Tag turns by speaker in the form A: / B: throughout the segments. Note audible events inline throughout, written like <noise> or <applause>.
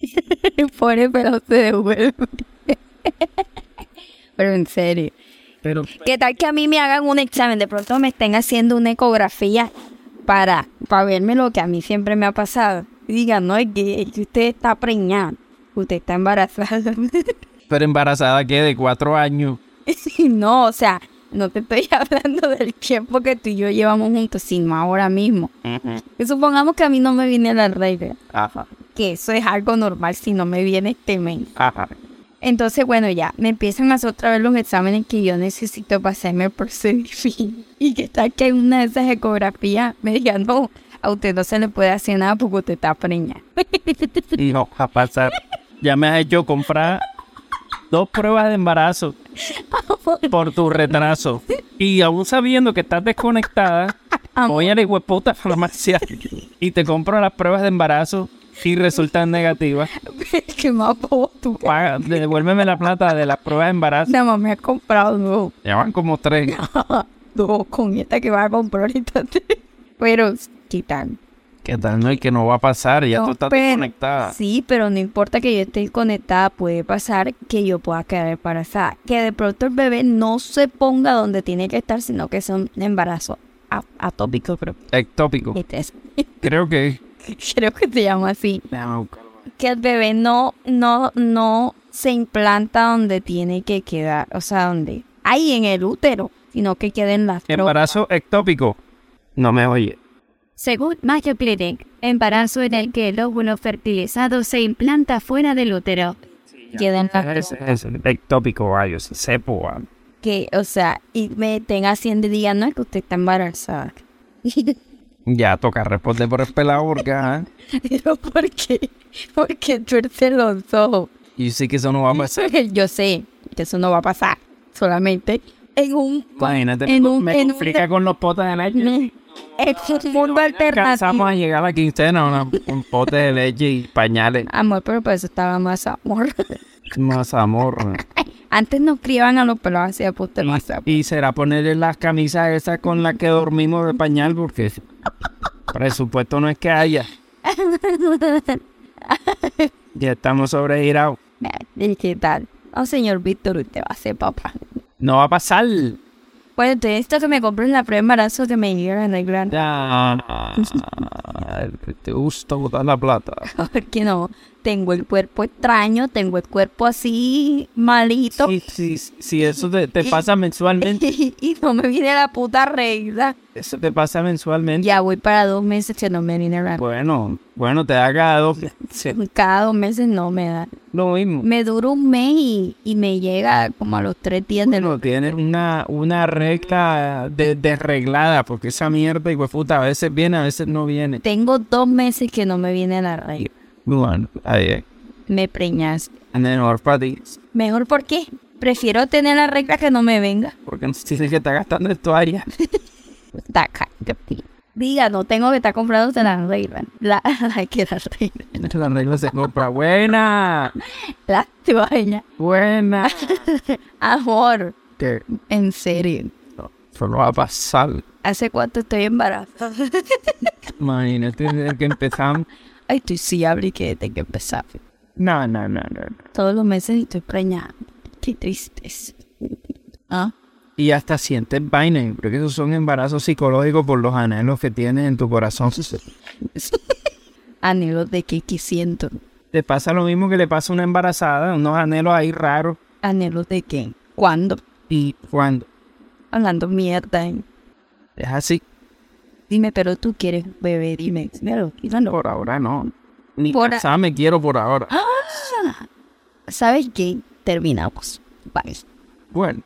A: <laughs> Pone pero se devuelve. pero en serio.
B: Pero,
A: ¿Qué tal que a mí me hagan un examen? De pronto me estén haciendo una ecografía para, para verme lo que a mí siempre me ha pasado. Y digan, no, es que, es que usted está preñada. Usted está embarazada. <laughs>
B: pero embarazada que de cuatro años.
A: no, o sea, no te estoy <laughs> hablando del tiempo que tú y yo llevamos juntos, sino ahora mismo. Que Supongamos que a mí no me viene la regla.
B: Ajá,
A: Que eso es algo normal si no me viene este mes.
B: ajá.
A: Entonces, bueno, ya me empiezan a hacer otra vez los exámenes que yo necesito para hacerme el procedimiento. <laughs> Y que tal que en una de esas ecografías me digan, no, a usted no se le puede hacer nada porque usted está preñada. <laughs>
B: Y no va a pasar. Ya me has hecho comprar dos pruebas de embarazo por tu retraso. Y aún sabiendo que estás desconectada,
A: Amor.
B: voy a la hijueputa farmacia y te compro las pruebas de embarazo y resultan negativas.
A: Qué más bobo tú.
B: Paga, devuélveme la plata de las pruebas de embarazo.
A: Nada más me ha comprado <laughs> dos.
B: Ya van como tres.
A: Dos con esta que vas a comprar ahorita. <laughs> Pero, ¿qué tal?
B: ¿Qué tal? No, y que no va a pasar. Ya
A: No,
B: tú estás
A: pero-
B: desconectada.
A: Sí, pero no importa que yo esté conectada, puede pasar que yo pueda quedar embarazada. Que de pronto el bebé no se ponga donde tiene que estar, sino que sea un embarazo a- atópico, creo.
B: Ectópico.
A: Este es- <laughs>
B: Creo que.
A: Creo que se llama así.
B: Déjame buscarlo.
A: Que el bebé no, no, no se implanta donde tiene que quedar, o sea, donde ahí en el útero, sino que queda en las trompas.
B: Embarazo ectópico. No me oye.
C: Según Mayo Clinic, embarazo en el que el óvulo fertilizado se implanta fuera del útero.
A: Queda en las
B: Ese es el ectópico, rayos. Cepo, vale.
A: trompas, que, o sea, y me estén haciendo y digan, no, es que usted está embarazada. <laughs>
B: Ya toca responder por el ¿eh? pelado porque, ajá.
A: Pero ¿por qué? ¿Por qué tuerce los ojos? <laughs>
B: Y sí que eso no va a pasar.
A: Yo sé que eso no va a pasar. Solamente en un, <laughs>
B: Imagínate,
A: En un-
B: me
A: en un-
B: complica con los potes de leche.
A: en un mundo alternativo.
B: Alcanzamos a llegar a la quincena, una, un pote de leche y pañales.
A: Amor, pero por eso estaba más amor. <laughs>
B: Más amor.
A: Antes nos criaban a los pelados así, pues te lo hace.
B: Y será ponerle las camisas esas con las que dormimos de pañal porque presupuesto no es que haya. Ya estamos sobregirados.
A: ¿Y <laughs> qué tal? Oh, señor Víctor, usted va a ser papá.
B: No va a pasar.
A: Bueno, entonces esto que me compré en la prueba de embarazo que me llegan a arreglar.
B: Ya. Te gusta botar la plata.
A: Porque <laughs> no, tengo el cuerpo extraño, tengo el cuerpo así malito. <laughs>
B: Si eso te, te pasa mensualmente,
A: y no me viene la puta regla.
B: eso te pasa mensualmente.
A: Ya voy para dos meses que no me viene la
B: Bueno, bueno, te da cada dos. sí,
A: Cada dos meses no me da.
B: Lo mismo.
A: Me dura un mes y, y me llega como a los tres días de
B: Bueno, tienes una, una regla de- desreglada, porque esa mierda, hijo de puta, a veces viene, a veces no viene.
A: Tengo dos meses que no me viene la regla.
B: Bueno, ahí es.
A: Me preñas.
B: Menor para ti,
A: Mejor porque prefiero tener la regla que no me venga.
B: porque no tienes que estar gastando en toalla.
A: Está acá. Diga, no tengo que estar comprando de la regla. La, <laughs> la que la regla.
B: La regla se compra. Buena,
A: La toalla.
B: buena.
A: Amor,
B: Que
A: en serio.
B: no, solo va a pasar.
A: ¿Hace cuánto estoy embarazada?
B: Imagínate desde que empezamos.
A: Ay, estoy sí, abrí que tengo que empezar.
B: No, no, no, no.
A: Todos los meses estoy preñada. Qué tristeza. ¿Ah?
B: Y hasta sientes vaina, yo creo que esos son embarazos psicológicos por los anhelos que tienes en tu corazón.
A: Anhelo de que, que siento.
B: Te pasa lo mismo que le pasa a una embarazada, unos anhelos ahí raros.
A: Anhelo de que. ¿Cuándo?
B: Y cuando
A: Hablando mierda. ¿eh?
B: es así,
A: Dime, pero tú quieres un bebé. Dime, dímelo, dímelo.
B: por ahora no. Ni
A: Por a- Ah.
B: casada me quiero por ahora.
A: ¿Sabes qué? Terminamos. Bye.
B: Bueno,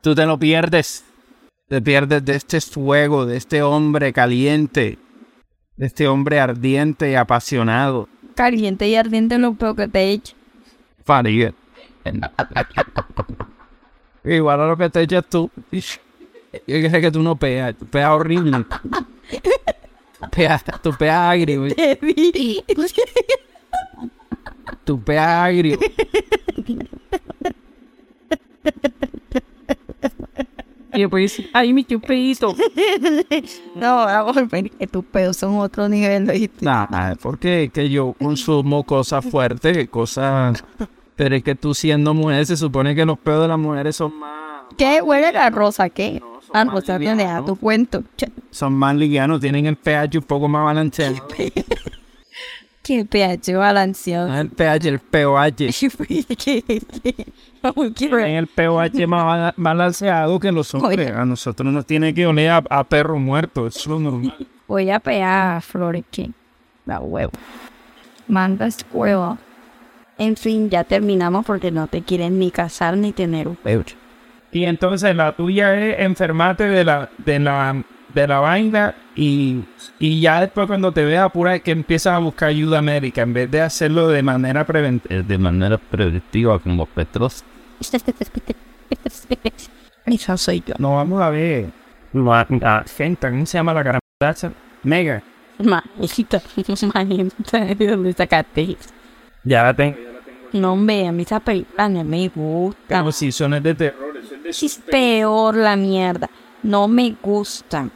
B: tú te lo pierdes. Te pierdes de este fuego, de este hombre caliente, de este hombre ardiente y apasionado.
A: Caliente y ardiente lo peor que te he hecho. <laughs>
B: Farid. <laughs> Igual a lo que te echas tú. Yo creo que tú no peas. Tú peas horrible. Peas, tú peas agrio. güey.
A: Te vi.
B: Tú peas agrio. Y después dice, ay, mi chupito.
A: <laughs> No, vamos, ven, que tus pedos son otro nivel, ¿oíste?
B: Nada, porque que yo consumo cosas fuertes, cosas... Pero es que tú siendo mujer, se supone que los pedos de las mujeres son más...
A: ¿Qué huele la rosa? ¿Qué? Ah, no, está bien,
B: liviano.
A: a tu cuento. Ch-
B: Son más livianos, tienen el pH un poco más balanceado.
A: Qué pH balanceado.
B: No es Ah, el pH,
A: <laughs>
B: el pH. Tienen el pH más ba- balanceado que los hombres. A nosotros nos tiene que oler a, a perro muerto, eso es lo normal.
A: Voy a pegar a Flores que la huevo. Mandas huevo. En fin, ya terminamos porque no te quieren ni casar ni tener un <laughs> bebé.
B: Y entonces la tuya es enfermarte de la, de la, de la vaina y, y ya después cuando te ves apurada es que empiezas a buscar ayuda médica en vez de hacerlo de manera preventiva.
D: eh, de manera predictiva como Petros.
A: Esa soy yo.
B: No vamos a ver. Gente, ¿cómo se llama la carambola? Mega.
A: <laughs> Manita, manita, ¿de dónde sacaste eso?
B: Ya la tengo.
A: No, hombre, a mí esa película no me gusta.
B: Como si son de terror.
A: Es peor la mierda. No me gusta.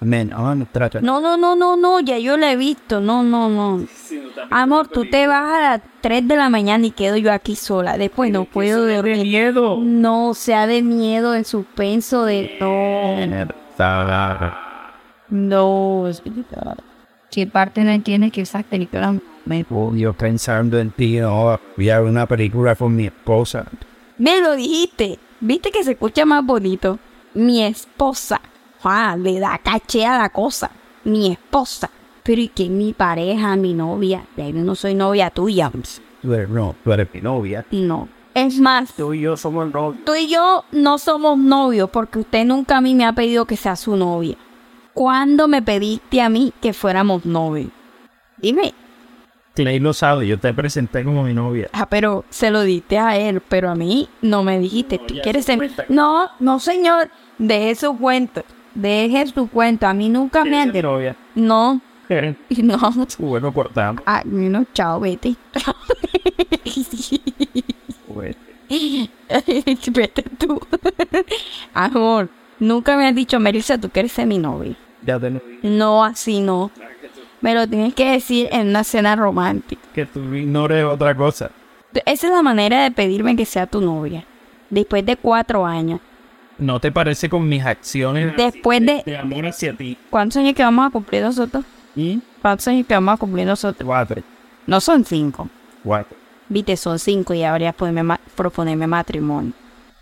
B: Men, ah, no trata.
A: No, no, no, no, no, ya yo la he visto. No, no, no. Amor, tú te vas a las 3 de la mañana y quedo yo aquí sola. Después no puedo
B: de
A: dormir.
B: miedo.
A: No, sea de miedo, de suspenso, de... No,
D: Mierda.
A: no. es-
C: ¿Qué parte no entiendes que esas películas
B: Me odio pensando en ti. No, voy a ver una película con mi esposa.
A: Me lo dijiste. Viste que se escucha más bonito. Mi esposa. Ah, le da caché a la cosa. Mi esposa. Pero ¿y que mi pareja, mi novia? Ya yo no soy novia tuya.
B: Tú eres, no, tú eres mi novia.
A: No. Es más,
B: Tú y yo somos novios.
A: tú y yo no somos novios porque usted nunca a mí me ha pedido que sea su novia. ¿Cuándo me pediste a mí que fuéramos novios? Dime.
B: Clay lo sabe, yo te presenté como mi novia. <laughs>
A: Ah, pero se lo diste a él, pero a mí no me dijiste. ¿Tú quieres ser- No, no, señor. Deje su cuento. Deje su cuento. A mí nunca me han...
B: Mi novia.
A: No, <laughs> no.
B: Bueno, cortamos.
A: Ah, no, chao, vete. <laughs>
B: Bueno.
A: vete tú. <laughs> Amor, nunca me has dicho, Melissa, tú quieres ser mi novia.
B: Ya te lo dije.
A: No, así no. Me lo tienes que decir en una cena romántica.
B: Que tú ignores otra cosa.
A: Esa es la manera de pedirme que sea tu novia. Después de cuatro años.
B: ¿No te parece con mis acciones
A: Después de...
B: de amor hacia ti?
A: ¿Cuántos años que vamos a cumplir nosotros?
B: ¿Y?
A: ¿Cuántos años que vamos a cumplir nosotros?
B: Cuatro.
A: No son cinco.
B: Cuatro.
A: Viste, son cinco y ahora ya poderme ma- proponerme matrimonio.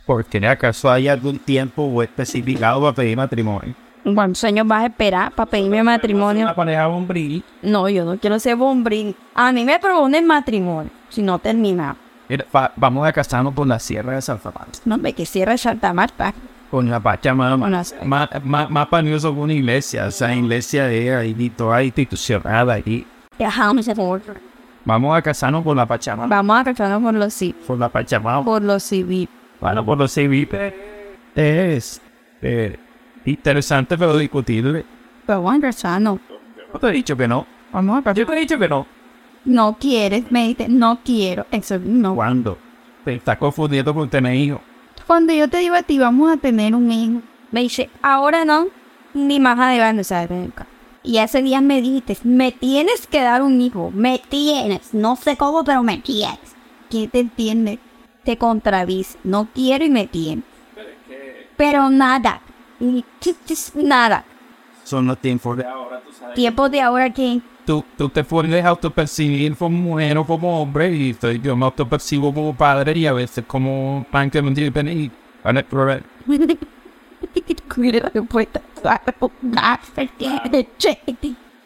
B: Porque acaso hay algún tiempo especificado para pedir matrimonio.
A: ¿Cuántos años vas a esperar para pedirme matrimonio?
B: Una pareja bombril.
A: No, yo no quiero ser bombril. A mí me proponen matrimonio. Si no terminamos.
B: Mira, va- vamos a casarnos por la Sierra de San Fernando.
A: No, me quisiera Santa Marta.
B: Con la Pachamama.
A: Una-
B: Más, más, más panioso que una iglesia. O sea, iglesia es ahí, y toda institucionada ahí.
A: Ajá, mi amor.
B: Vamos a casarnos por la Pachamama.
A: Vamos a casarnos por lo civil.
B: Por la Pachamama.
A: Por lo civil.
B: Bueno, por los civiles. Es eh, interesante, pero discutible.
A: Vamos a casarnos.
B: No te he dicho que no.
A: Vamos a
B: Yo te he dicho que no.
A: No quieres, me dices, no quiero. Eso no.
B: ¿Cuándo? Te estás confundiendo con tener hijos.
A: Cuando yo te digo a ti, vamos a tener un hijo, <laughs> me dice, ahora no, ni más adelante, ¿sabes? Nunca. Y ese día me dijiste, me tienes que dar un hijo, me tienes, no sé cómo, pero me tienes. ¿Quién te entiende? Te contradice, no quiero y me tienes. Pero nada, ni chis, chis, nada.
B: Son los tiempos de ahora, tú sabes.
A: Tiempos de ahora que
B: Tú, tú te puedes autopercibir como mujer o como hombre y estoy- yo me autopercibo como padre y a veces como pan que no tiene pene y- Bueno, pero-
A: Cuida la respuesta. Ah,
B: pero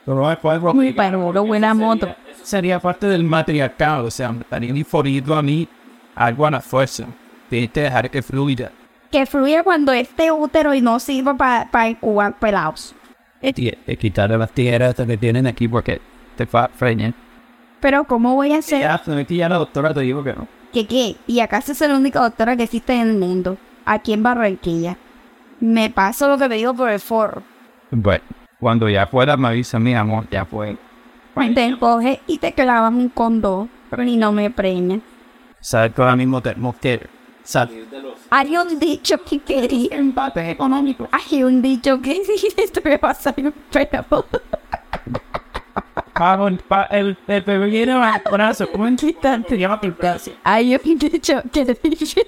B: no me puedes
A: Muy
B: romper.
A: parolo, buena moto.
B: Sería parte del matriarcado, o sea, me estarían inforiendo a mí algo a la fuerza. Tienes que dejar que fluya.
A: que fluya cuando este útero y no sirva para incubar pelados.
D: Y quitar las tijeras que tienen aquí porque te fa- freñen.
A: Pero ¿cómo voy a hacer?
B: Ya, me metí ya la doctora, te digo que no.
A: ¿Qué qué? Y acaso es la única doctora que existe en el mundo, aquí en Barranquilla. Me paso lo que me digo por el foro.
D: Bueno, cuando ya fuera me avisa mi amor, ya fue.
A: Te coge y te clavan un condón y no me preña.
B: Sabes que ahora mismo tenemos que
D: salir de los...
A: Hay un dicho que quería
B: Empate económico.
A: Hay un dicho que <laughs> esto me va a salir feo.
B: Bajo el, pa- el, el bebé viene bajo el brazo. ¿Cómo es que te llama por el brazo?
A: Hay un dicho que dice.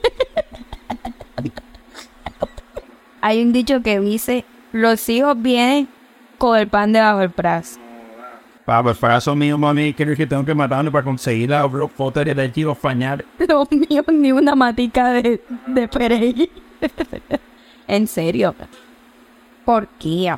A: Hay un dicho que dice: <laughs> Los hijos vienen con el pan debajo del brazo. <laughs>
D: Para el brazo mío, mami, creo que tengo que matarlo para conseguir la foto de archivo fañar.
A: Los míos ni una matica de, <laughs> de perejil. en serio. ¿Por qué?